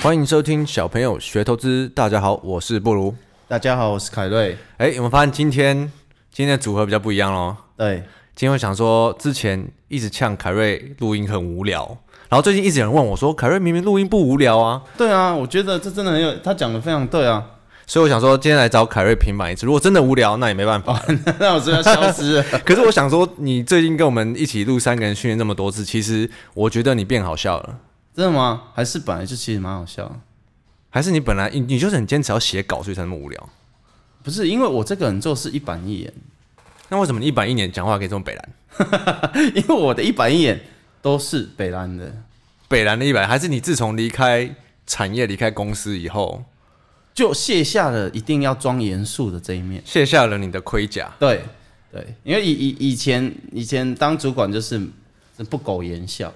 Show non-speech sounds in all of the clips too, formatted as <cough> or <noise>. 欢迎收听小朋友学投资。大家好，我是布鲁。大家好，我是凯瑞。哎，我们发现今天今天的组合比较不一样喽。对，今天我想说，之前一直呛凯瑞录音很无聊，然后最近一直有人问我说，凯瑞明明录音不无聊啊，对啊，我觉得这真的很有，他讲的非常对啊。 <laughs> 所以我想说今天来找凯瑞平反一次。如果真的无聊，那也没办法。那我真的要消失了。 <laughs> <laughs> 可是我想说，你最近跟我们一起录三个人训练这么多次，其实我觉得你变好笑了。真的吗？还是本来就其实蛮好笑的。还是你本来你你就是很坚持要写稿，所以才那么无聊。不是因为我这个人做事一板一眼， <laughs> 那为什么你一板一眼讲话可以这么北蓝？因为我的一板一眼都是北兰的，北蓝的一百，还是你自从离开产业、离开公司以后，就卸下了一定要装严肃的这一面。卸下了你的盔甲？对对，因为以以以前以前当主管就是不苟言笑。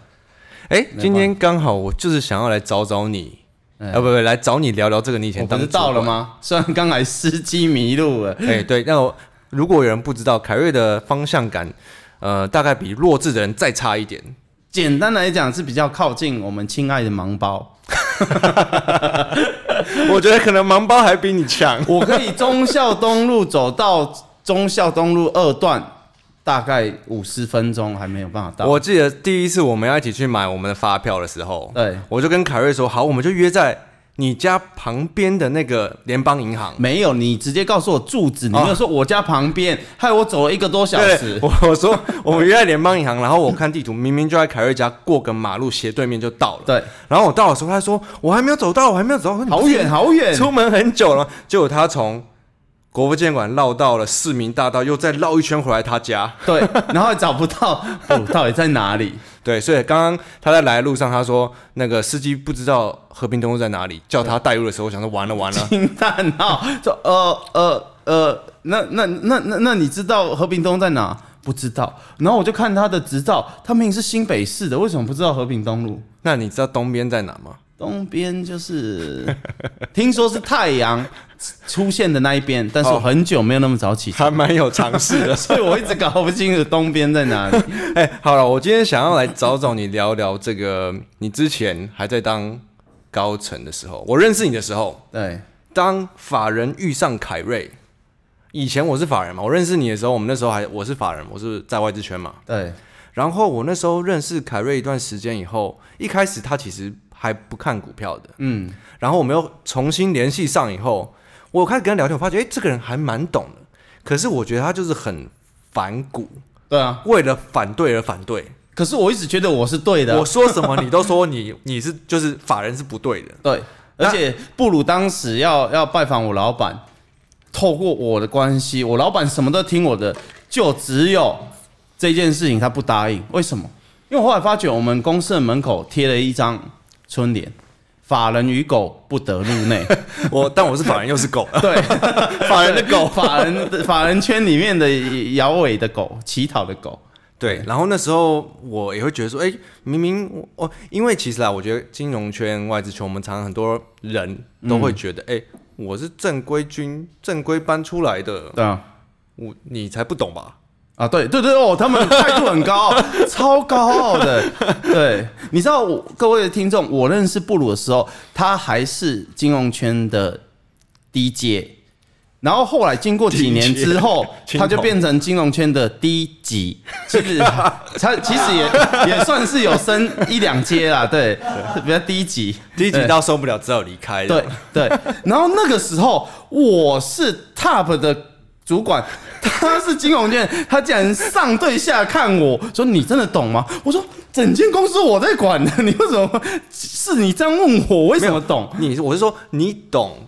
哎、没今天刚好我就是想要来找找你，啊、不不，来找你聊聊这个你以前我不当是到了主管？吗？虽然刚才司机迷路了，哎、对，那我如果有人不知道，凯瑞的方向感，呃，大概比弱智的人再差一点。简单来讲是比较靠近我们亲爱的盲包。 <laughs> 我觉得可能盲包还比你强。我可以忠孝东路走到忠孝东路二段，大概五十分钟还没有办法到。我记得第一次我们要一起去买我们的发票的时候，对，我就跟凯瑞说，好，我们就约在你家旁边的那个联邦银行。没有，你直接告诉我住址，你啊没有说我家旁边，害我走了一个多小对时，。我 <laughs> 我说我们约在联邦银行，然后我看地图，明明就在凯瑞家过个马路斜对面就到了。对，然后我到的时候，他说我还没有走到，我还没有走到，我说你好远好远。出门很久了。结果他从国父纪念馆绕到了市民大道，又再绕一圈回来他家。对，然后还找不到，哦，到底在哪里？对，所以刚刚他在来的路上，他说那个司机不知道和平东路在哪里，叫他带路的时候，我想说完了完 <laughs> 了。惊叹号，说呃呃呃，那那那那那你知道和平东在哪？不知道。然后我就看他的执照，他明明是新北市的，为什么不知道和平东路？那你知道东边在哪吗？东边就是，听说是太阳 <laughs> 出现的那一边，但是我很久没有那么早起， <laughs> 还蛮有尝试的。所以我一直搞不清楚东边在哪里。哎、好了，我今天想要来找找你聊聊这个，你之前还在当高层的时候，我认识你的时候，对，当法人遇上凯瑞，以前我是法人嘛，我认识你的时候，我们那时候还我是法人，我是在外资圈嘛，对，然后我那时候认识凯瑞一段时间以后，一开始他其实还不看股票的，嗯，然后我们又重新联系上以后，我开始跟他聊天，我发觉哎、这个人还蛮懂的，可是我觉得他就是很反骨，对啊。为了反对而反对。可是我一直觉得我是对的我啊，说什么你都说你 <laughs> 你是就是法人是不对的，对。而且布鲁当时要要拜访我老板，透过我的关系，我老板什么都听我的，就只有这件事情他不答应。为什么？因为我后来发觉我们公司的门口贴了一张春联：“法人与狗不得入内。” <laughs> 我但我是法人又是狗，对，法人的狗， <laughs> 法人的法人圈里面的摇尾的狗，乞讨的狗，对。然后那时候我也会觉得说，哎、明明我我因为其实啊，我觉得金融圈、外资圈，我们常常很多人都会觉得，嗯哎、我是正规军、正规班出来的，对啊，我你才不懂吧？啊，对对对哦，他们态度很高傲，超高傲的。对，你知道我各位听众，我认识布鲁的时候，他还是金融圈的低阶，然后后来经过几年之后，低阶 <laughs> 他就变成金融圈的低级，其实他其实也也算是有升一两阶啦，对，比较低级，第一集 <laughs> 对到受不了，只好离开了。对对， <laughs> 然后那个时候我是 top 的主管，他是金融圈，他竟然上对下看我说：“你真的懂吗？”我说：“整间公司我在管的，你为什么是你这样问我？为什么懂你我是说，你懂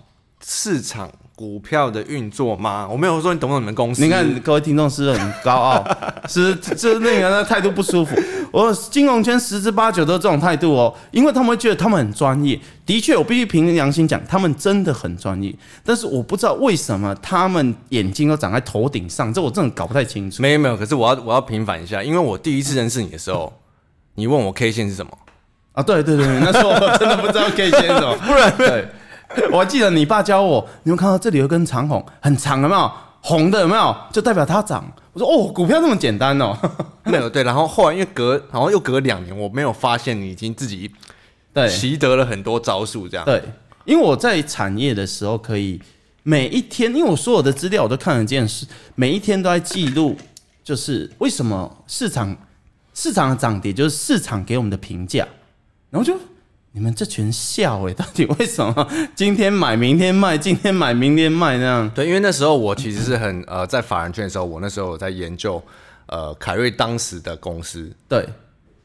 市场股票的运作吗？我没有说你懂不懂你们公？”司。你看各位听众是不是很高 <laughs> 傲，是就是那个人的态度不舒服。我金融圈十之八九都这种态度哦，因为他们会觉得他们很专业。的确，我必须凭良心讲，他们真的很专业。但是我不知道为什么他们眼睛都长在头顶上，这我真的搞不太清楚。没有没有，可是我要我要平反一下，因为我第一次认识你的时候，你问我 K 线是什么，啊，对对对，对那时候我真的不知道 K 先生， <laughs> 不然对，我还记得你爸教我，你们看到这里有一根长红，很长，有没有？红的有没有？就代表它涨。我说哦，股票那么简单哦。 <laughs> 没有对，然后后来因为隔，然后又隔两年，我没有发现你已经自己对呃习得了很多招数，这样。对，因为我在产业的时候可以每一天，因为我所有的资料我都看得见，是每一天都在记录，就是为什么市场市场的涨跌就是市场给我们的评价，然后就。你们这群笑欸诶、到底为什么今天买明天卖，今天买明天卖那样？对，因为那时候我其实是很呃，在法人圈的时候，我那时候有在研究呃凯瑞当时的公司，对，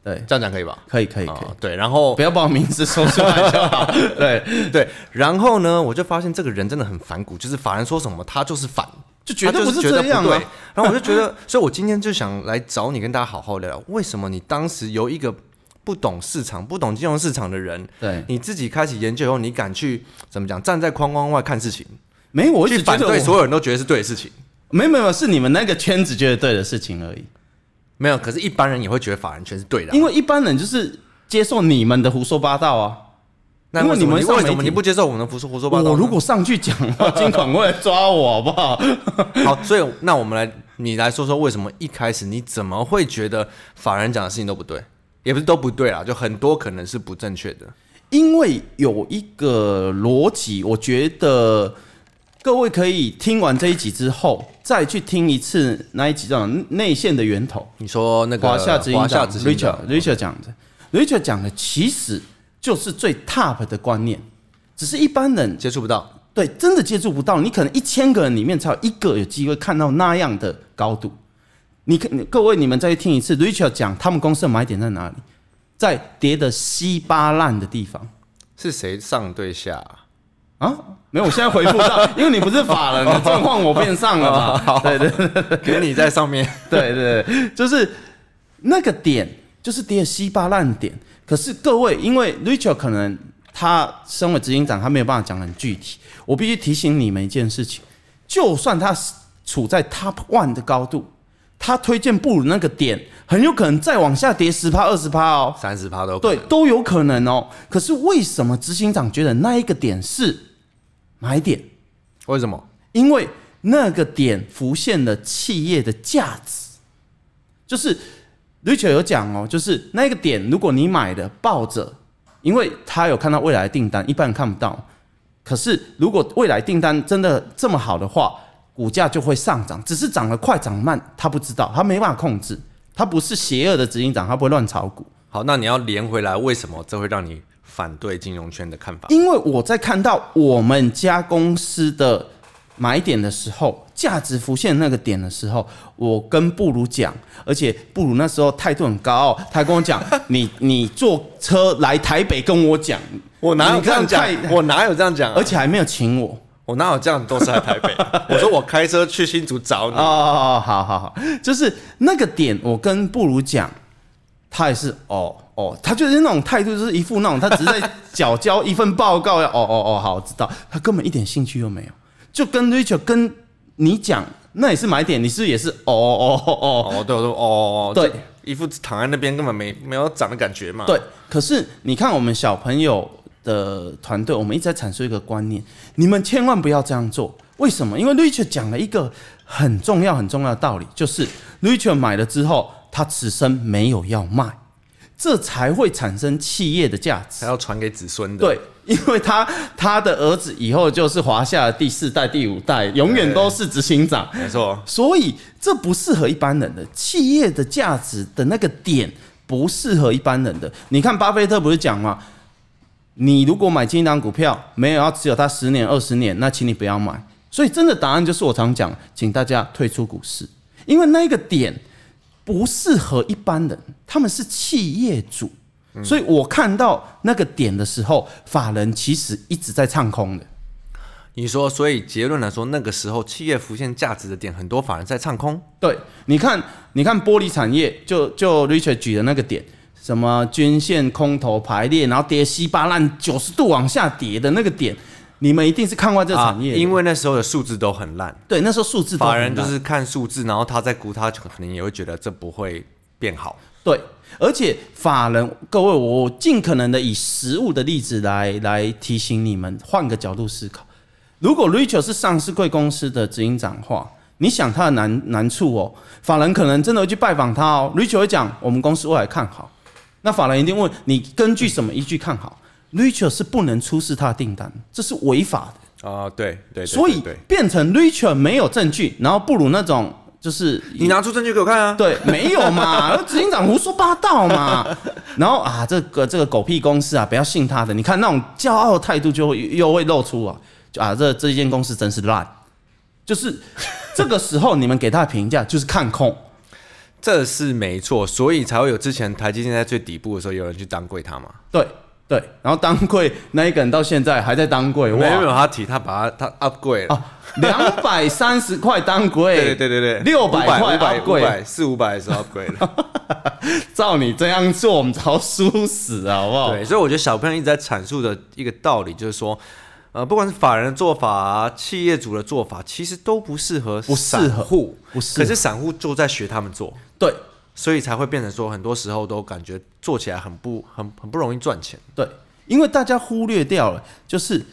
对，这样讲可以吧？可以，可以，可啊、以，对，然后不要把我名字说出来就 <laughs> 好。对，对，然后呢，我就发现这个人真的很反骨，就是法人说什么他就是反，就绝他对不就是觉得这样啊不对。然后我就觉得，所以我今天就想来找你，跟大家好好聊聊，为什么你当时由一个不懂市场、不懂金融市场的人，对，你自己开始研究以后，你敢去怎么讲，站在框框外看事情，没有，我一去直觉反得对我所有人都觉得是对的事情。没有没有，是你们那个圈子觉得对的事情而已。没有，可是一般人也会觉得法人圈是对的啊、因为一般人就是接受你们的胡说八道啊。那因为为什么你们上为媒什么体你不接受我们的胡说胡说八道呢？我如果上去讲话，金管会来抓我，好不 <laughs> 好？好，所以那我们来，你来说说为什么一开始你怎么会觉得法人讲的事情都不对，也不是都不对啊啦，就很多可能是不正确的。因为有一个逻辑，我觉得各位可以听完这一集之后，再去听一次那一集讲内线的源头。你说那个华夏之音华讲夏之音讲 Richard Richard 讲的，Richard 讲的其实就是最 top 的观念，只是一般人接触不到，对，真的接触不到，你可能一千个人里面才有一个有机会看到那样的高度。你可各位，你们再去听一次 Richard 讲他们公司的买点在哪里，在跌的稀巴烂的地方是谁上对下啊？啊！没有，我现在回复到，因为你不是法人了，正换我变上了嘛。对对对 <laughs> 给你在上面， <laughs> 对对对，就是那个点，就是跌的稀巴烂点。可是各位，因为 Richard 可能他身为执行长，他没有办法讲很具体。我必须提醒你们一件事情：就算他处在 Top One 的高度，他推荐不如那个点，很有可能再往下跌十趴、二十趴哦。 <laughs> 三十趴都有可对能，都有可能哦。可是为什么执行长觉得那一个点是买点？为什么？因为那个点浮现了企业的价值，就是 Richard 有讲哦，就是那个点，如果你买的抱着，因为他有看到未来的订单，一般人看不到。可是如果未来订单真的这么好的话，股价就会上涨，只是涨得快涨慢，他不知道，他没办法控制，他不是邪恶的执行长，他不会乱炒股。好，那你要连回来，为什么这会让你反对金融圈的看法？因为我在看到我们家公司的买点的时候，价值浮现那个点的时候，我跟布鲁讲，而且布鲁那时候态度很高傲，他跟我讲：“ <laughs> 你你坐车来台北跟我讲，我哪有这样你看讲？<laughs> 太我哪有这样讲啊、而且还没有请我。我哪有这样都是在台 <laughs> 北啊、我说我开车去新竹找”你，哦哦，好好好，就是那个点，我跟布鲁讲，他也是哦哦，他就是那种态度，就是一副那种他只是在缴交一份报告要哦哦哦，好，我知道，他根本一点兴趣都没有，就跟 Rachel 跟你讲，那也是买点，你是不是也是哦哦哦哦，哦，对，我说哦，对，一副躺在那边根本没没有长的感觉嘛。对，可是你看我们小朋友的团队，我们一直在阐述一个观念：你们千万不要这样做。为什么？因为 Richard 讲了一个很重要、很重要的道理，就是 Richard 买了之后，他此生没有要卖，这才会产生企业的价值还。要传给子孙的。对，因为他他的儿子以后就是华夏的第四代、第五代，永远都是执行长。没错，所以这不适合一般人的企业的价值的那个点不适合一般人的。你看巴菲特不是讲吗？你如果买进一档股票，没有要持有它十年、二十年，那请你不要买。所以真的答案就是我常讲，请大家退出股市，因为那个点不适合一般人，他们是企业主。所以我看到那个点的时候，法人其实一直在唱空的。你说，所以结论来说，那个时候企业浮现价值的点，很多法人在唱空。对，你看，你看玻璃产业，就就 Richard 举的那个点，什么均线空头排列，然后跌稀巴烂九十度往下跌的那个点，你们一定是看过这产业的、啊因为那时候的数字都很烂，对那时候数字都法很人就烂是看数字，然后他在估，他可能也会觉得这不会变好。对，而且法人各位，我尽可能的以实物的例子来来提醒你们，换个角度思考。如果 Rachel 是上市贵公司的执行长的话，你想他的难难处哦，法人可能真的会去拜访他哦。Rachel 会讲我们公司未来看好，那法人一定问你根据什么依据看好？ Richard 是不能出示他的订单，这是违法的。啊，对对，对所以对，对变成 Richard 没有证据，然后不如那种就是你拿出证据给我看啊。对，没有嘛，执行长胡说八道嘛。然后啊，这个这个狗屁公司啊，不要信他的。你看那种骄傲的态度就会又会露出啊，就啊，这这间公司真是烂。就是这个时候，你们给他的评价就是看空。这是没错，所以才会有之前台积电在最底部的时候，有人去当柜他嘛。对对，然后当柜那一个人到现在还在当柜，没有没哇有，他提他把他他 up 柜了。啊，两百三十块当柜， <laughs> 对对对对对， 600块五哎百 upgrade 五百四五百的时候 upgrade <laughs> 了。照你这样做，我们早输死啊，好不好？对，所以我觉得小朋友一直在阐述的一个道理就是说，呃，不管是法人的做法啊，企业主的做法，其实都不适合不适合散户，不适合可是散户就在学他们做，对所以才会变成说，很多时候都感觉做起来很不很很不容易赚钱。对，因为大家忽略掉了，就是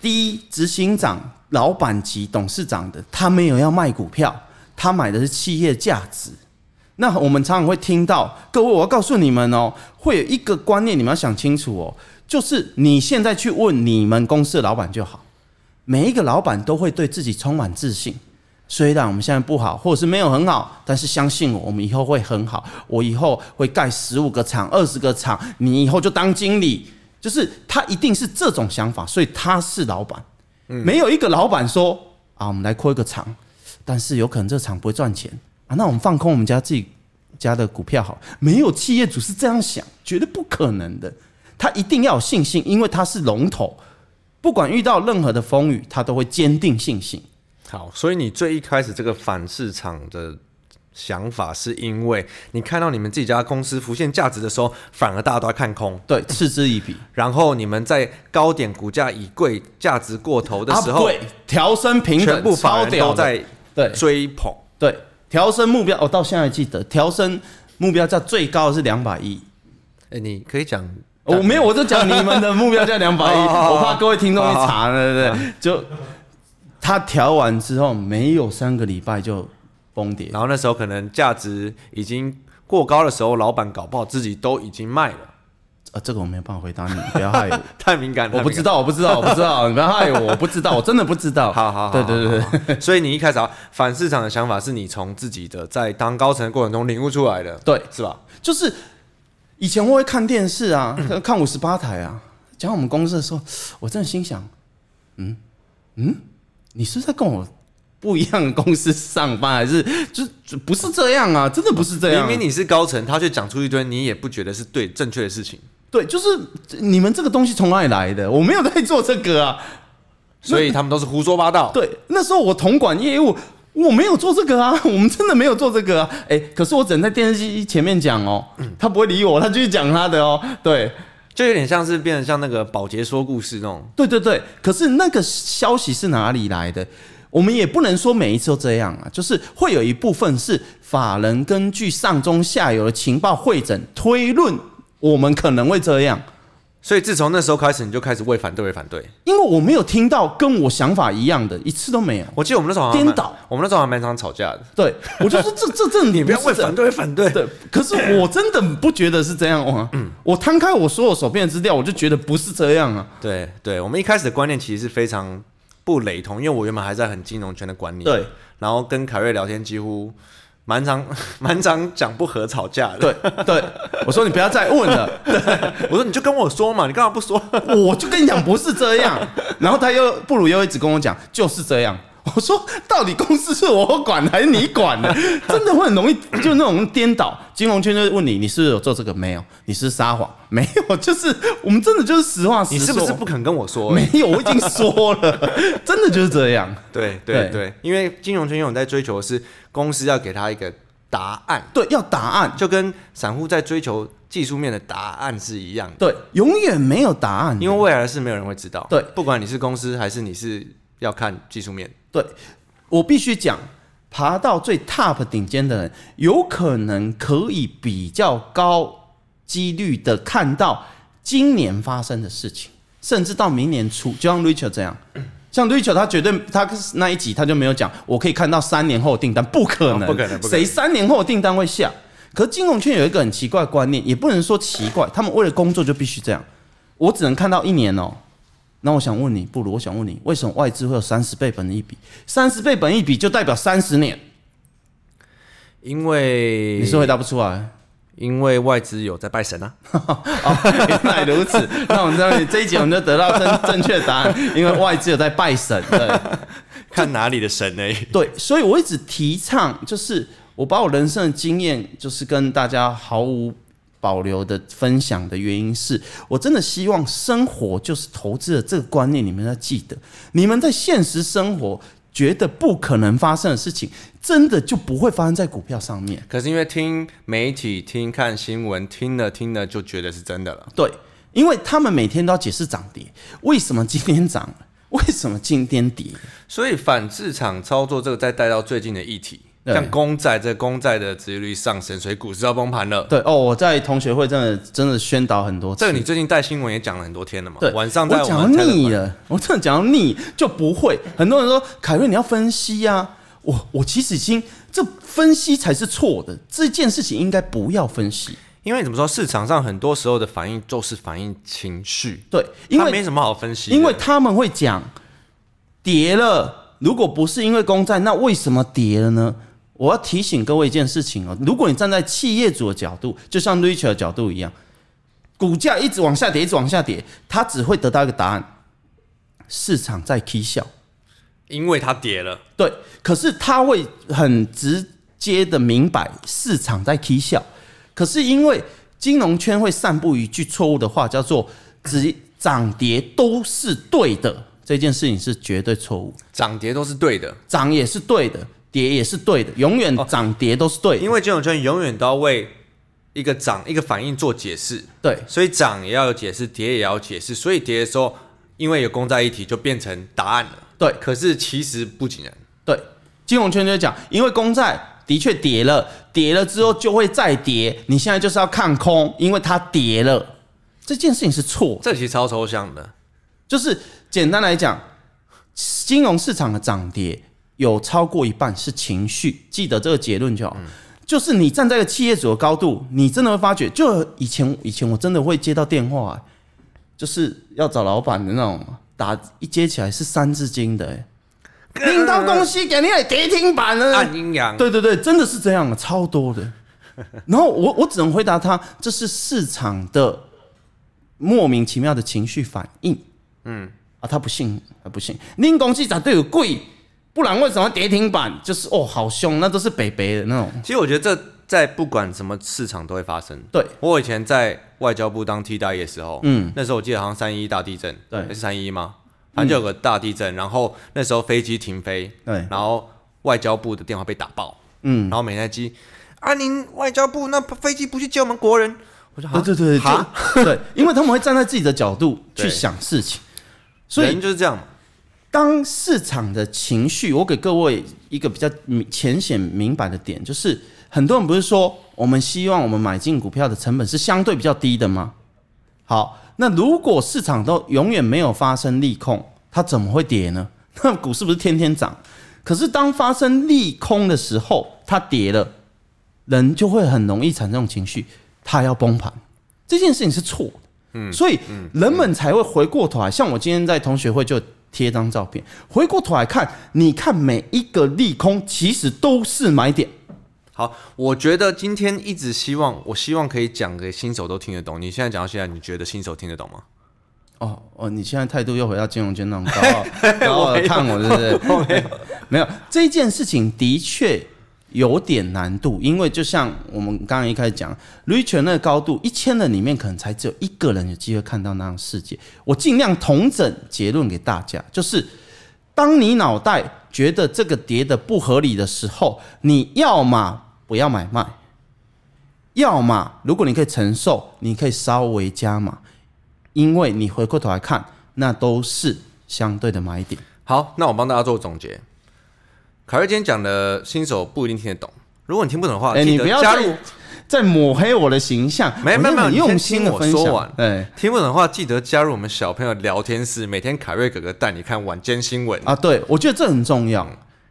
第一，执行长、老板级、董事长的，他没有要卖股票，他买的是企业价值。那我们常常会听到，各位，我要告诉你们哦，会有一个观念，你们要想清楚哦，就是你现在去问你们公司的老板就好，每一个老板都会对自己充满自信。虽然我们现在不好，或者是没有很好，但是相信我，我们以后会很好。我以后会盖十五个厂、二十个厂，你以后就当经理。就是他一定是这种想法，所以他是老板。没有一个老板说啊，我们来扩一个厂，但是有可能这厂不会赚钱啊，那我们放空我们家自己家的股票好了。没有企业主是这样想，绝对不可能的。他一定要有信心，因为他是龙头，不管遇到任何的风雨，他都会坚定信心。好，所以你最一开始这个反市场的想法，是因为你看到你们自己家公司浮现价值的时候，反而大家都在看空。对，嗤之以鼻。然后你们在高点股价以贵价值过头的时候， Upgrade，调啊升平等，全部法超人屌都的在对追捧。对调升目标，我、哦到现在还记得调升目标价最高的是两百亿。哎，你可以讲，我没有，我就讲你们的目标价两百亿， <laughs> 哦哦哦我怕各位听众去查了，对不对？就他调完之后，没有三个礼拜就 <laughs> 崩跌，然后那时候可能价值已经过高的时候，老板搞不好自己都已经卖了，呃，这个我没有办法回答你，不 <laughs> 要害我。太敏感，我不知道。道，我不知道，我不知道，你不要害我，我不知道，我真的不知道。 <laughs> 好好好对对对 <laughs> 对所以你一开始啊，反市场的想法是你从自己的在当高层的过程中领悟出来的，对，是吧？就是以前我会看电视啊，看五十八台啊，讲我们公司的时候，我真的心想，嗯嗯，你是不是在跟我不一样的公司上班，还是就就不是这样啊？真的不是这样明。明你是高层，他却讲出一堆你也不觉得是对正确的事情，对，就是你们这个东西从哪里来的？我没有在做这 <laughs> 个啊。所以他们都是胡说八道。对，那时候我统管业务，我没有做这个啊，我 <laughs> 们真的没有做这个啊。哎、可是我只能在电视机前面讲哦，嗯他不会理我，他继续讲他的哦。对，就有点像是变成像那个保洁说故事那种。对对对，可是那个消息是哪里来的？我们也不能说每一次都这样啊，就是会有一部分是法人根据上中下游的情报会诊推论，我们可能会这样，所以自从那时候开始，你就开始为反对为反对。因为我没有听到跟我想法一样的，一次都没有。我记得我们那时候好像蛮颠倒，我们那时候还蛮常吵架的。对，我就说这这这你你不要为这反对为反对，对，可是我真的不觉得是这样哇、我摊开我所有手边的资料，我就觉得不是这样啊。对对，我们一开始的观念其实是非常不雷同，因为我原本还在很金融圈的观念，对，然后跟凯瑞聊天几乎蛮常 <laughs> 蛮常讲不合吵架的。对对，我说你不要再问了，我说你就跟我说嘛，你干嘛不说？我就跟你讲不是这 <laughs> 样，然后他又不如又一直跟我讲就是这样。我说到底公司是我管的还是你管 <laughs> 的？真的会很容易就那种颠倒。金融圈就会问你，你是不是有做这个没有？你是不是撒谎 <laughs> 没有？就是我们真的就是实话实你是说。不是不肯跟我说？没有？我已经说 <laughs> 了，真的就是这样。对对对对，因为金融圈永远在追求的是公司要给他一个答案，对，要答案。就跟散户在追求技术面的答案是一样的。对，永远没有答案。因为未来的事没有人会知道。对不管你是公司还是你是要看技术面，对我必须讲，爬到最 top 顶尖的人，有可能可以比较高几率的看到今年发生的事情，甚至到明年初，就像 Richard 这样。像 Richard，他绝对他那一集他就没有讲，我可以看到三年后的订单，不可能，哦不可能不可能谁三年后的订单会下？可是金融圈有一个很奇怪的观念，也不能说奇怪，他们为了工作就必须这样。我只能看到一年哦。那我想问你，不如我想问你，为什么外资会有三十倍本益比？三十倍本益比就代表三十年，因为你是回答不出来。因为外资有在拜神啊，哦，原来如此。那我们这里这一集我们就得到正正确答案，因为外资有在拜神。对看哪里的神呢？对，所以我一直提倡，就是我把我人生的经验，就是跟大家毫无保留的分享的原因是，我真的希望生活就是投资的这个观念，你们要记得，你们在现实生活觉得不可能发生的事情，真的就不会发生在股票上面。可是因为听媒体、听看新闻，听了听了就觉得是真的了。对，因为他们每天都要解释涨跌，为什么今天涨了，为什么今天跌。所以反市场操作这个再带到最近的议题，对像公债，这公债的殖利率上升，所以股市要崩盘了。对哦，我在同学会真的真的宣导很多次这个你最近带新闻也讲了很多天了嘛？对，晚上在我讲们到 Telegram 腻了，我真的讲到腻就不会。很多人说凯瑞你要分析呀、啊，我我其实已经这分析才是错的，这件事情应该不要分析。因为怎么说，市场上很多时候的反应就是反映情绪，对，因它为没什么好分析的，因为他们会讲跌了，如果不是因为公债，那为什么跌了呢？我要提醒各位一件事情哦，如果你站在企业主的角度，就像 Richard 的角度一样，股价一直往下跌，一直往下跌，他只会得到一个答案：市场在 K 笑。因为它跌了，对，可是他会很直接的明白市场在 K 笑，可是因为金融圈会散布一句错误的话，叫做“只涨跌都是对的”，这件事情是绝对错误，涨跌都是对的。涨也是对的，跌也是对的，永远涨跌都是对的。因为金融圈永远都要为一个涨一个反应做解释，对所以涨也要有解释，跌也要有解释，所以跌的时候，因为有公在一体，就变成答案了。对可是其实不尽然，对，金融圈就会讲，因为公债的确跌了，跌了之后就会再跌，你现在就是要看空，因为它跌了，这件事情是错的这其实超抽象的。就是简单来讲，金融市场的涨跌有超过一半是情绪，记得这个结论就好。就是你站在一个企业主的高度，你真的会发觉，就以前以前我真的会接到电话、就是要找老板的那种，打一接起来是三字经的、欸，领导公司给你的跌停板啊了，按阴阳， <laughs> 对对对，真的是这样的，超多的。然后我我只能回答他，这是市场的莫名其妙的情绪反应。嗯，啊，他不信，他不信。您公司绝对有贵，不然为什么跌停板？就是哦，好凶，那都是北北的那种。其实我觉得这在不管什么市场都会发生。对我以前在外交部当替代役的时候，嗯，那时候我记得好像三一大地震，对诶是三一吗？反正就有个大地震，然后那时候飞机停飞，对然后外交部的电话被打爆，嗯，然后美奈基，啊，您外交部那飞机不去接我们国人？我说，对哈对对，哈就对，因为他们会站在自己的角度去对想事情，所以人就是这样嘛，当市场的情绪，我给各位一个比较明浅显明白的点，就是很多人不是说我们希望我们买进股票的成本是相对比较低的吗？好，那如果市场都永远没有发生利空，它怎么会跌呢？ <laughs> 那股市不是天天涨？可是当发生利空的时候，它跌了，人就会很容易产生这种情绪，它要崩盘，这件事情是错的。所以人们才会回过头来，像我今天在同学会就贴张照片，回过头来看，你看每一个利空其实都是买点，好，我觉得今天一直希望，我希望可以讲给新手都听得懂。你现在讲到现在，你觉得新手听得懂吗？哦哦，你现在态度又回到金融圈那种高傲高傲我的没有看我，对不对？没有， <laughs> 没有这件事情的确有点难度，因为就像我们刚刚一开始讲，Richard 那个高度，一千人里面可能才只有一个人有机会看到那样的世界。我尽量统整结论给大家，就是当你脑袋觉得这个跌的不合理的时候，你要么不要买卖。要么，如果你可以承受，你可以稍微加码，因为你回过头来看，那都是相对的买点。好，那我帮大家做总结。凯瑞今天讲的新手不一定听得懂，如果你听不懂的话，哎、记你得不要加再入。再抹黑我的形象，没我没是没有很你用先心听的我分说享完哎听不懂的话，记得加入我们小朋友聊天室，每天凯瑞哥哥带你看晚间新闻。啊，对，我觉得这很重要，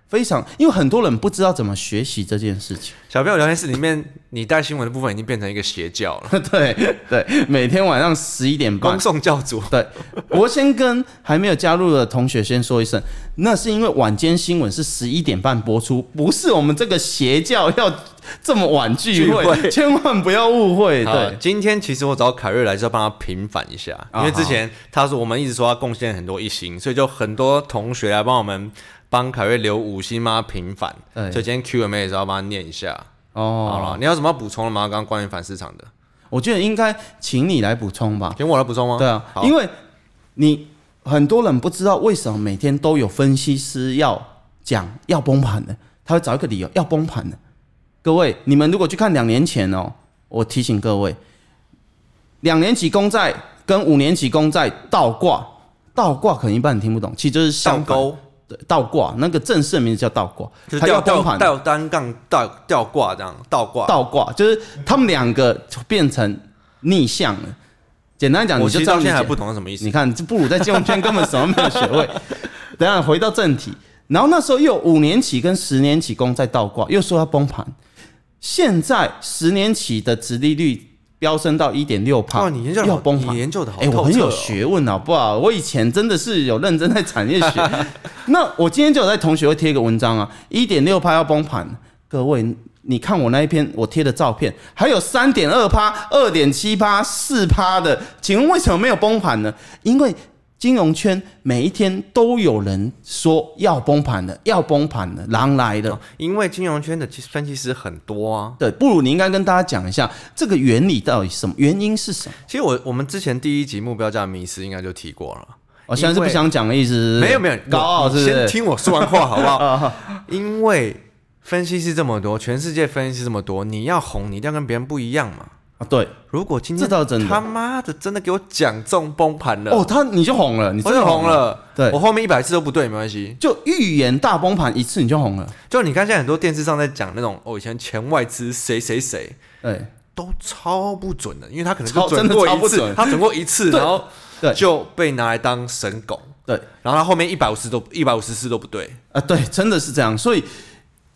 非常，因为很多人不知道怎么学习这件事情。 <laughs> 小朋友聊天室里面，你带新闻的部分已经变成一个邪教了，对对，每天晚上十一点半恭，送教主。对，我先跟还没有加入的同学先说一声，那是因为晚间新闻是十一点半播出，不是我们这个邪教要这么晚聚会，聚会千万不要误会。好对，今天其实我找凯瑞来是要帮他平反一下，啊因为之前他说我们一直说他贡献很多一星，所以就很多同学来帮我们帮凯瑞留五星帮他平反，对所以今天 Q&A 也是要帮他念一下。好哦，了，你有什么要补充的吗？刚刚关于反市场的，我觉得应该请你来补充吧。请我来补充吗？对啊，哦好因为你很多人不知道为什么每天都有分析师要讲要崩盘的，他会找一个理由要崩盘的。各位，你们如果去看两年前哦，我提醒各位，两年期公债跟五年期公债倒挂，倒挂可能一般人听不懂，其实就是上相反钩对倒挂，那个正式名字叫倒挂就，是它吊要崩吊盘。吊单杠吊吊挂这样倒挂。倒挂，就是他们两个变成逆向了。简单讲，我你其就实知道到现在还你不懂是什么意思你。看，这布鲁在金融圈根本什么没有学位。 <laughs> 等一下回到正题，然后那时候又有五年期跟十年期公债倒挂，又说要崩盘。现在十年期的殖利率飙升到一点六帕，哇，你研究得要好，崩盘你。研究的好哎、我透很彻有哦学问，好不好？我以前真的是有认真在产业学。那我今天就有在同学会贴一个文章啊，一点六趴要崩盘，各位。你看我那一篇我贴的照片，还有三点二趴、二点七趴、四趴的，请问为什么没有崩盘呢？因为金融圈每一天都有人说要崩盘了，要崩盘了，狼来了。因为金融圈的其实分析师很多啊。对，不如你应该跟大家讲一下这个原理到底是什么，原因是什么。其实我我们之前第一集目标价迷失应该就提过了。我、现在因是不为想讲的意思是不是没有没有，高傲是你不先是？啊听我说完话好不 <laughs> 好？因为分析师这么多，全世界分析师这么多，你要红，你一定要跟别人不一样嘛。啊，对，如果今天这倒是真的他妈的真的给我讲中崩盘了，哦，他你就红了，你我真就的红，了。对我后面一百次都不对没关系。就预言大崩盘一次你就红了，就你看现在很多电视上在讲那种哦，以前前外资谁谁谁对都超不准的，因为他可能超就准真的过超一不次，准他准过一次，对然后对就被拿来当神狗。对然后他后面一百五十都一百五十次都不对。啊，对，真的是这样，所以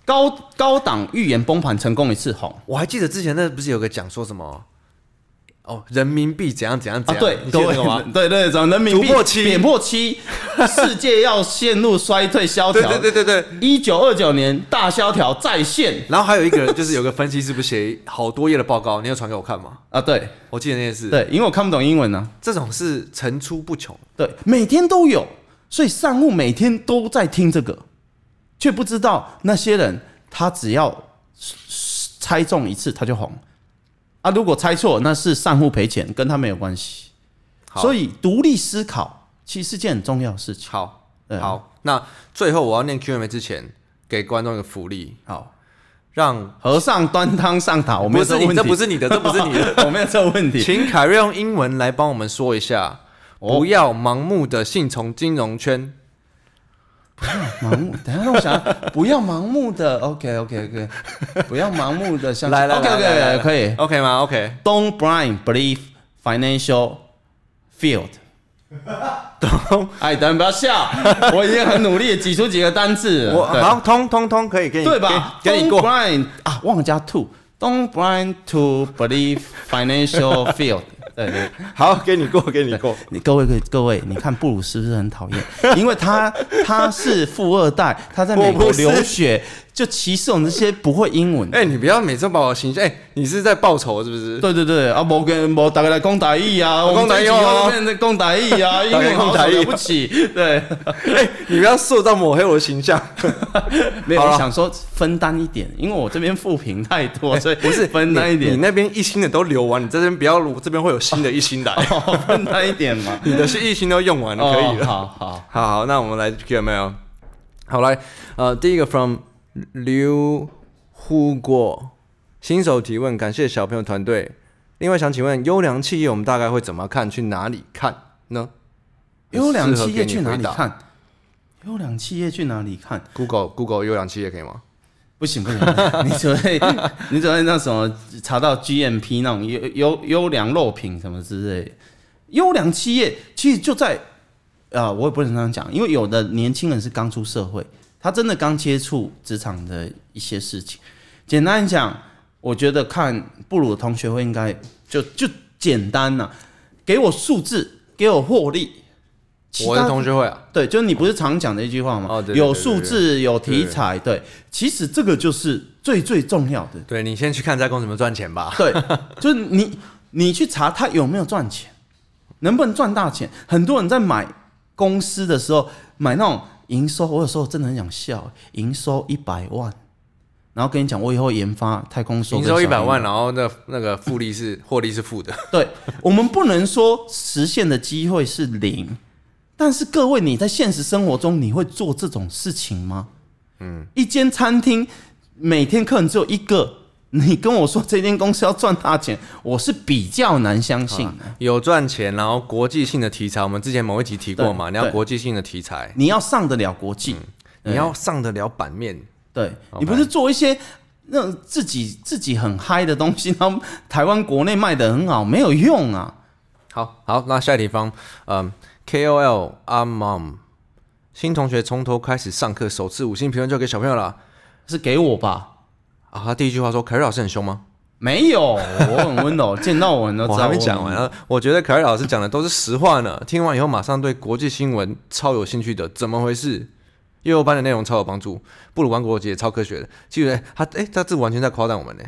高高档预言崩盘成功一次红，我还记得之前那不是有个讲说什么哦，人民币怎样怎样怎啊，样，对，你记各得位那个 <laughs> 吗？，对对，怎么人民币突破七贬破七，世界要陷入衰退萧对条，对对对对。一九二九年大萧条再现然后还有一个人就是有个分析师不是写好多页的报告，你有传给我看吗？啊，对我记得那件事，对，因为我看不懂英文啊，这种是层出不穷。对，每天都有，所以散户每天都在听这个，却不知道那些人他只要猜中一次他就红啊，如果猜错那是散户赔钱，跟他没有关系。好所以独立思考其实是件很重要的事情。好，对啊好，那最后我要念 Q&A 之前，给观众一个福利，好，让和尚端汤上塔，我没不有这是个你，问这题，不是你的，这不是你 <laughs> 的，的，我没有这个 <laughs> 问题。请凯瑞用英文来帮我们说一下，哦不要盲目的信从金融圈。盲目，等一下让我想，不要盲目的，OK OK OK，不要盲目的相信来来，OK 来来 OK 来可以。 OK 吗？OK。 <laughs> Don't blind believe financial field。懂？哎，等不要 <laughs> 笑，我已经很努力地挤出几个单字了。我对好，通通通可以给你，对吧给你给你？Don't 过。 blind 啊，忘了加 to。Don't blind to believe <laughs> financial field。对对，好，给你过，给你 <laughs> 过。你各位各位各位，你看布鲁是不是很讨 <laughs> 厌？因为他他是富二代，他在美我国不是留学，就歧视我们这些不会英文的。哎、你不要每次把我形象，哎、你是在报仇是不是？对对对，啊，无跟无大家来讲台语啊，讲我们这一集台语哦又变成讲台语啊，英大家文讲好台台语哦语不起， <laughs> 对，哎、你不要塑造抹黑我的形 <laughs> 象。没有好了我想说分担一点，因为我这边负评太 <laughs> 多，所以不是分担一 <laughs> 你点你，那边一星的都留完，你这边不要，我这边会有新的一星来。 <laughs> 哦分担一点 <laughs> 嘛，你的是一星都用完了，可以哦了。好好，好好，那我们来 Q 没有？好来，呃，第一个 from 刘呼过新手提问，感谢小朋友团队。另外想请问，优良企业我们大概会怎么看？去哪里看呢？优良企业适去合给你回哪里答看？优良企业去哪里看？ Google Google 优良企业可以吗？不行不行， <laughs> 你只会你只会那什么查到 GMP 那种优优优良肉品什么之类的，优良企业其实就在啊、呃我也不能这样讲，因为有的年轻人是刚出社会，他真的刚接触职场的一些事情。简单讲，我觉得看布鲁同学会应该就就简单呐、给我数字，给我获利。其我他的同学会啊，对，就是你不是常讲的一句话吗？哦对对对有对数对字，有题材，对，其实这个就是最最重要 <laughs> 的。对你先去看在公怎么赚钱吧。对，就是你你去查他有没有赚钱，能不能赚大钱。很多人在买公司的时候，买那种营收，我有时候真的很想笑，营收一百万，然后跟你讲，我以后研发太空梭，营收一百万，。然后那那个复利是获利是负的，对我们不能说实现的机会是零，但是各位，你在现实生活中你会做这种事情吗？嗯，一间餐厅每天客人只有一个，你跟我说这间公司要赚大钱，我是比较难相信的。有赚钱，然后国际性的题材，我们之前某一集提过嘛，对你要对国际性的题材，你要上得了国际，你要上得了版面，对 OK 你不是做一些那种自己自己很嗨的东西，然后台湾国内卖的很好，没有用 <laughs> 啊。好好，那下一题方，嗯，KOL 阿 mom，新同学从头开始上课，首次五星评论就给小朋友了。是给我吧？啊，他第一句话说：“凯瑞老师很凶吗没有，我很温柔，见到我你？”都我知道还没讲很完啊！我觉得凯瑞老师讲的都是实话呢。听完以后，马上对国际新闻超有兴趣的，怎么回事？幼幼班的内容超有帮助，布鲁班国际也超科学的。其实他哎、他这完全在夸赞我们呢。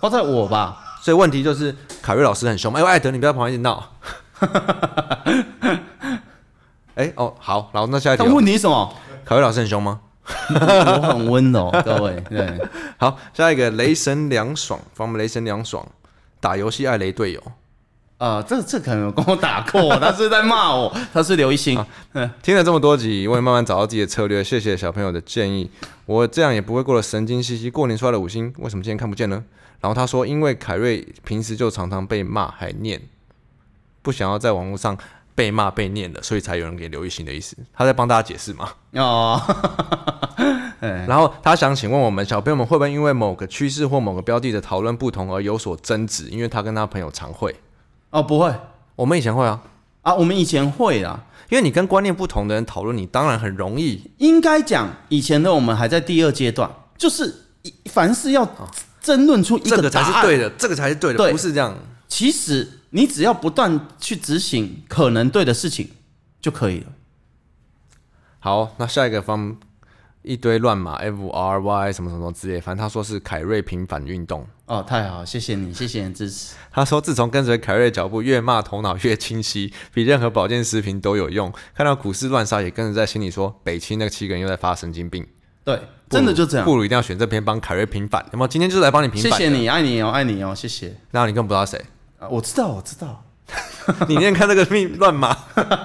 夸哦在我吧，所以问题就是，凯瑞老师很凶吗？哎、呦艾德，你不要在旁边一直闹。 <laughs> 哎、哦，好，然后那下一题但哦，问题是什么？ <laughs> 凯瑞老师很凶吗？我很温柔，各位，对，好，下一个雷神凉爽，防我们雷神凉爽，打游戏爱雷队友。啊，这这可能有跟我打过，他是在骂我， <laughs> 他是刘一啊星，听了这么多集，我也慢慢找到自己的策略。谢谢小朋友的建议，我这样也不会过得神经兮兮。过年刷了五星，为什么今天看不见呢？然后他说，因为凯瑞平时就常常被骂还念，不想要在网络上被骂被念的，所以才有人给刘一星的意思。他在帮大家解释嘛。哦，然后他想请问我们小朋友们会不会因为某个趋势或某个标的的讨论不同而有所争执？因为他跟他朋友常会，哦，不会我们以前会啊。啊，我们以前会啦，因为你跟观念不同的人讨论，你当然很容易。应该讲以前的我们还在第二阶段，就是一凡事要争论出一这个才答是案，对的， <laughs> 这个才是对的，对不是这样。其实你只要不断去执行可能对的事情就可以了。好，那下一个方一堆乱码 F R Y 什么什么之类，反正他说是凯瑞平反运动。哦，太好，谢谢你，谢谢你的支持。他说，自从跟随凯瑞脚步，越骂头脑越清晰，比任何保健食品都有用。看到股市乱杀，也跟着在心里说，北青那七个人又在发神经病。对，真的就这样不。如一定要选这篇帮凯瑞平反。那么今天就是来帮你平谢反。谢。你，爱你哦，爱你哦，谢谢。然后你更不知道谁， <laughs> 啊，我知道，我知道，你今天看这个命乱码。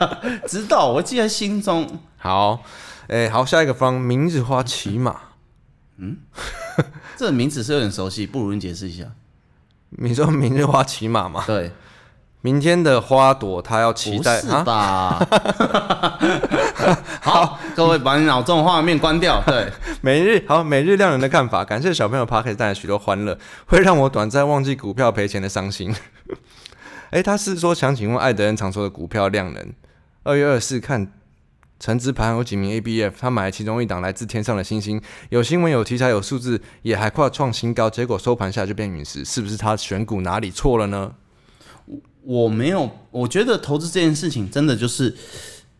<laughs> 知道，我记在心中。好，哎、好，下一个方明日花骑马。这名字是有点熟悉，不如你解释一下。你说明日花骑马吗？对，明天的花朵，它要骑不在是啊？吧？ <laughs> 好，各位把你脑中的画面关掉。对， <laughs> 每日好，每日亮人的看法，感谢小朋友 p a r k 带来许多欢乐，会让我短暂忘记股票赔钱的伤心。 <laughs> 哎、他是说想请问艾德恩常说的股票量能，二月二十四看成值盘有几名 ABF，他买了其中一档来自天上的星星，有新闻有题材有数字，也还快创新高，结果收盘下就变陨石，是不是他选股哪里错了呢？我没有，我觉得投资这件事情真的就是，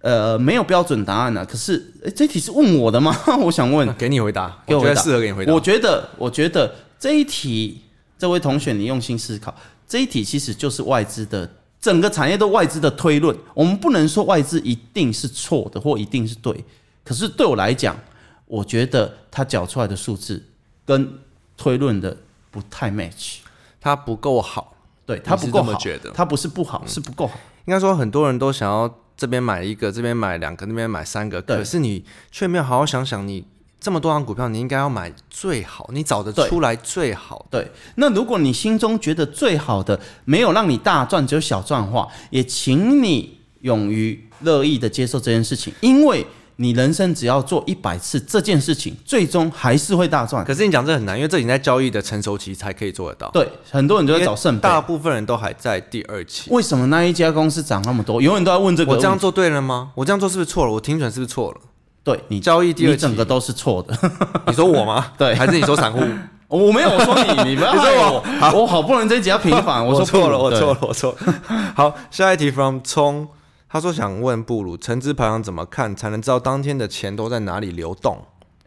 呃，没有标准答案啊。可是，诶这题是问我的吗？ <laughs> 我想问那，给你回答，给我我觉得回答适合给你回答。我觉得，我觉得这一题，这位同学你用心思考，这一题其实就是外资的整个产业都外资的推论。我们不能说外资一定是错的或一定是对，可是对我来讲，我觉得他缴出来的数字跟推论的不太 match。它不够好。对他不够你是这好么觉得，嗯他不是不好，是不够好。应该说很多人都想要这边买一个，这边买两个，那边买三个，对可是你却没有好好想想，你这么多档股票，你应该要买最好，你找得对出来最好。对，那如果你心中觉得最好的没有让你大赚，只有小赚的话，也请你勇于乐意的接受这件事情，因为你人生只要做一百次这件事情，最终还是会大赚。可是你讲这很难，因为这已经在交易的成熟期才可以做得到。对，很多人就在找因圣为大杯，部分人都还在第二期。 <laughs> 为什么那一家公司涨那么多？永远都在问这个我问这题。 <laughs> 样做对了吗？我这样做是不是错了？我停损是不是错了？对你交易第二你期整个都是错的。 <laughs> 你说我吗？对还是你说散 <laughs> 户？我没有我说你， <laughs> 你不要你说害我我，我好不容易这一集要平 <laughs> 反，我说错了，不我对错了，我错了。好，下一题 from 聪，他说想问布鲁，橙汁排行怎么看才能知道当天的钱都在哪里流动？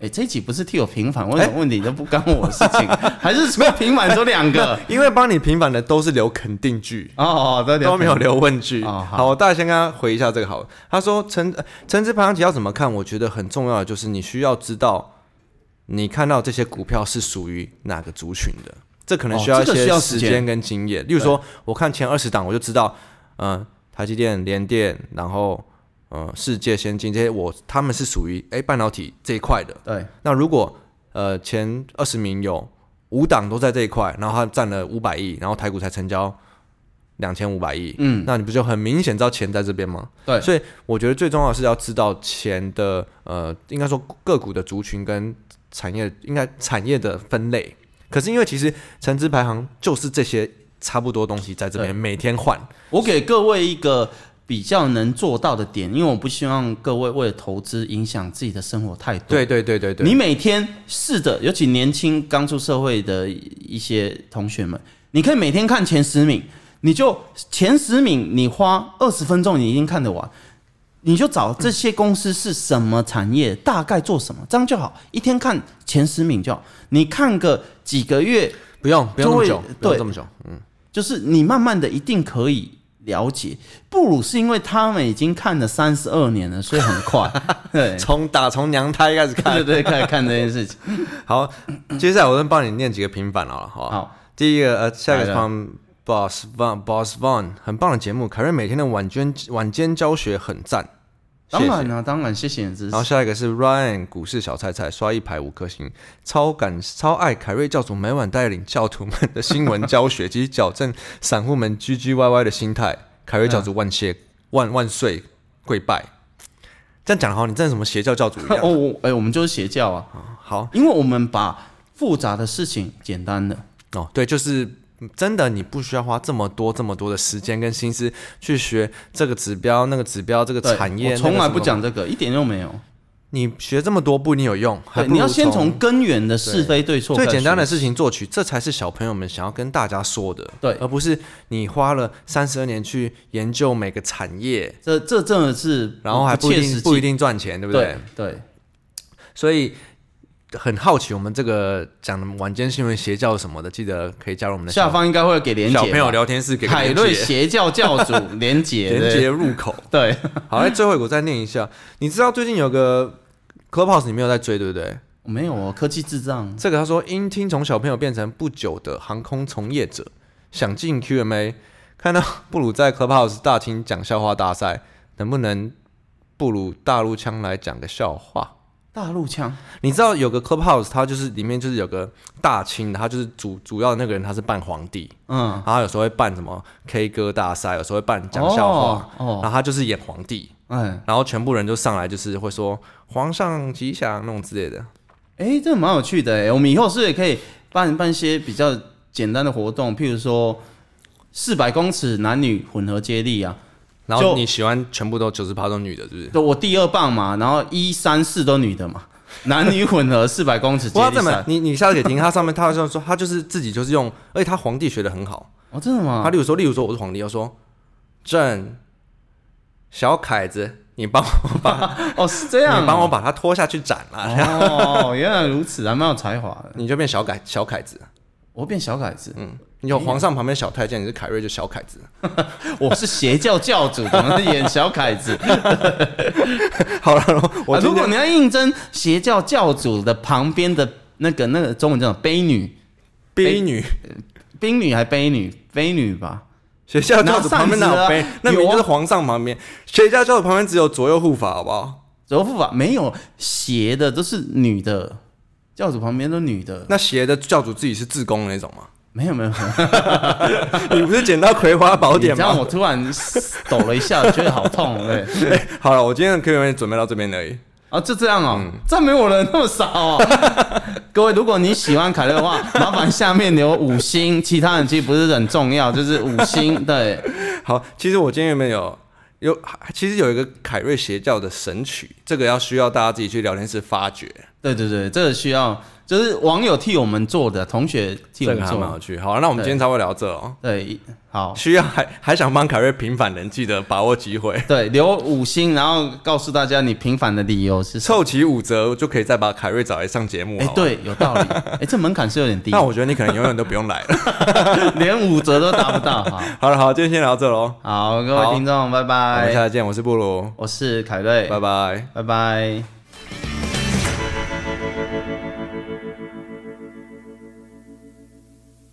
哎、这一集不是替我平哎反，为什么问题都不干我的事情？还是说平反说两个？因为帮你平反的都是留肯定句。哦，对对，都没有留问句。哦好好，我大概先跟他回一下这个好了。他说橙呃橙汁排行题要怎么看？我觉得很重要的就是你需要知道，你看到这些股票是属于哪个族群的，这可能哦需要一这个需些要时时间间跟经验。例如说，我看前二十档，我就知道，嗯、台积电、联电，然后呃，世界先进这些我，他们是属于哎半导体这一块的。对，那如果呃前二十名有五档都在这一块，然后它占了五百亿，然后台股才成交两千五百亿，嗯，那你不就很明显知道钱在这边吗？对所以我觉得最重要的是要知道钱的呃，应该说个股的族群跟产业，应该产业的分类。可是因为其实成资排行就是这些差不多东西在这边每天换，我给各位一个比较能做到的点，因为我不希望各位为了投资影响自己的生活态度。对对对对对，你每天试着，尤其年轻刚出社会的一些同学们，你可以每天看前十名，你就前十名，你花二十分钟，你一定看得完。你就找这些公司是什么产业，大概做什么，这样就好。一天看前十名就好，你看个几个月，不用不用那么久就会，不用对这么久，嗯就是你慢慢的一定可以了解。布鲁是因为他们已经看了三十二年了，所以很 <laughs> 快。对从打从娘胎开始看，对对，开始看这件事情。好，接下来我再帮你念几个平反好了，好吧好，第一个呃，下一个来了 from Boss Von Boss Von，很棒的节目，凯瑞每天的晚间晚间教学很赞，谢 <laughs> 当谢。然了、当然，谢谢你的支持然后。下一个是 Ryan 股市小菜菜刷一排五颗星，超感超爱凯瑞教主每晚带领教徒们的新闻教学及矫正散户们 G G Y Y 的心态，凯瑞教主万谢、万万岁跪拜。这样讲好，你真的什么邪教教主一样。 <laughs> 哦，我哎、我们就是邪教啊，好，因为我们把复杂的事情简单的，哦，对，就是真的，你不需要花这么多、这么多的时间跟心思去学这个指标、那个指标、这个对产业。我从那个来什么不，讲这个，一点都没有。你学这么多不一定有用，还对，不你要如先从根源的是非对错最开始简单的事情做起，这才是小朋友们想要跟大家说的，对而不是你花了三十二年去研究每个产业，这这真的是然后还不一切实定际，不一定赚钱，对不对对，所以很好奇，我们这个讲的晚间新闻邪教什么的，记得可以加入我们的下方应该会有给连小结朋友吧，聊天室给个凯连瑞结邪教教主连结， <laughs> 连对接入口。对，好，那最后一个我再念一下。你知道最近有个 Clubhouse 你没有在追，对不对？没有哦，科技智障，这个他说，因听从小朋友变成不久的航空从业者，想进 Q&A，看到布鲁在 Clubhouse 大厅讲笑话大赛，能不能布鲁大陆腔来讲个笑话？大陆腔，你知道有个 Clubhouse，它就是里面就是有个大清，他就是主主要那个人他是扮皇帝，嗯，然后有时候会办什么 K 歌大赛，有时候会办讲笑话，哦，然后他就是演皇帝。哦哎然后全部人就上来就是会说皇上吉祥那种之类的。哎，这蛮有趣的哎，我们以后是不是也可以办办一些比较简单的活动，譬如说四百公尺男女混合接力啊，然后就你喜欢全部都九十趴都女的，是不是？就我第二棒嘛，然后一三四都女的嘛，男女混 <laughs> 合四百公尺接哇，力这么赛。你你下次可以听他上面，他就说他就是自己就是用，而且他皇帝学的很好。哦，真的他吗？例如说，例如说我是皇帝，要说朕小凯子，你帮我 <laughs> 哦，是这样。你帮我。把他拖下去斩了，哦，原来如此，还蛮有才华的。你就变小凯小凯子。我变小凯子，嗯，你有皇上旁边小太监，你是凯瑞就小凯子。我是邪教教主，怎么演小凯子？好了，我啊今如果天你要应征邪教教主的旁边的那个那个中文叫什么悲女、婢女冰女还悲女、悲女吧？学校教主拿扇旁边子哪有啊杯？那有明明啊就是皇上旁边，学校教主旁边只有左右护法，好不好？柔术法没有邪的，都是女的，教主旁边都女的。那邪的教主自己是自宫的那种吗？ <laughs> 没有没有，没有你不是捡到《葵花宝你典这》样吗？我突然抖了一下，觉得好痛，对。 <laughs> 哎好了，我今天的 Q&A 准备到这边而已。啊，就这样哦，赞美我的人那么少哦。 <laughs> 各位，如果你喜欢凯乐的话，麻烦下面留五星，其他人其实不是很重要，就是五星。对，好，其实我今天原本有有其实有一个凯瑞邪教的神曲，这个要需要大家自己去聊天室发掘，对对对，这个需要就是网友替我们做的，同学替这我个们还做蛮有的。趣。好，那我们对今天才会聊这哦。对，好，需要还还想帮凯瑞平反人，记得把握机会，对，留五星，然后告诉大家你平凡的理由是什么。凑齐五折就可以再把凯瑞找来上节目。哎好，吧，对，有道 <laughs> 理。哎，这门槛是有点低那，我觉得你可能永远都不用来了。 <laughs> 连五折都达不到。好，好了，好，今天先聊到这喽，好，各好位听众，拜我们拜。下次见，我是布鲁，我是凯瑞，拜拜。拜拜。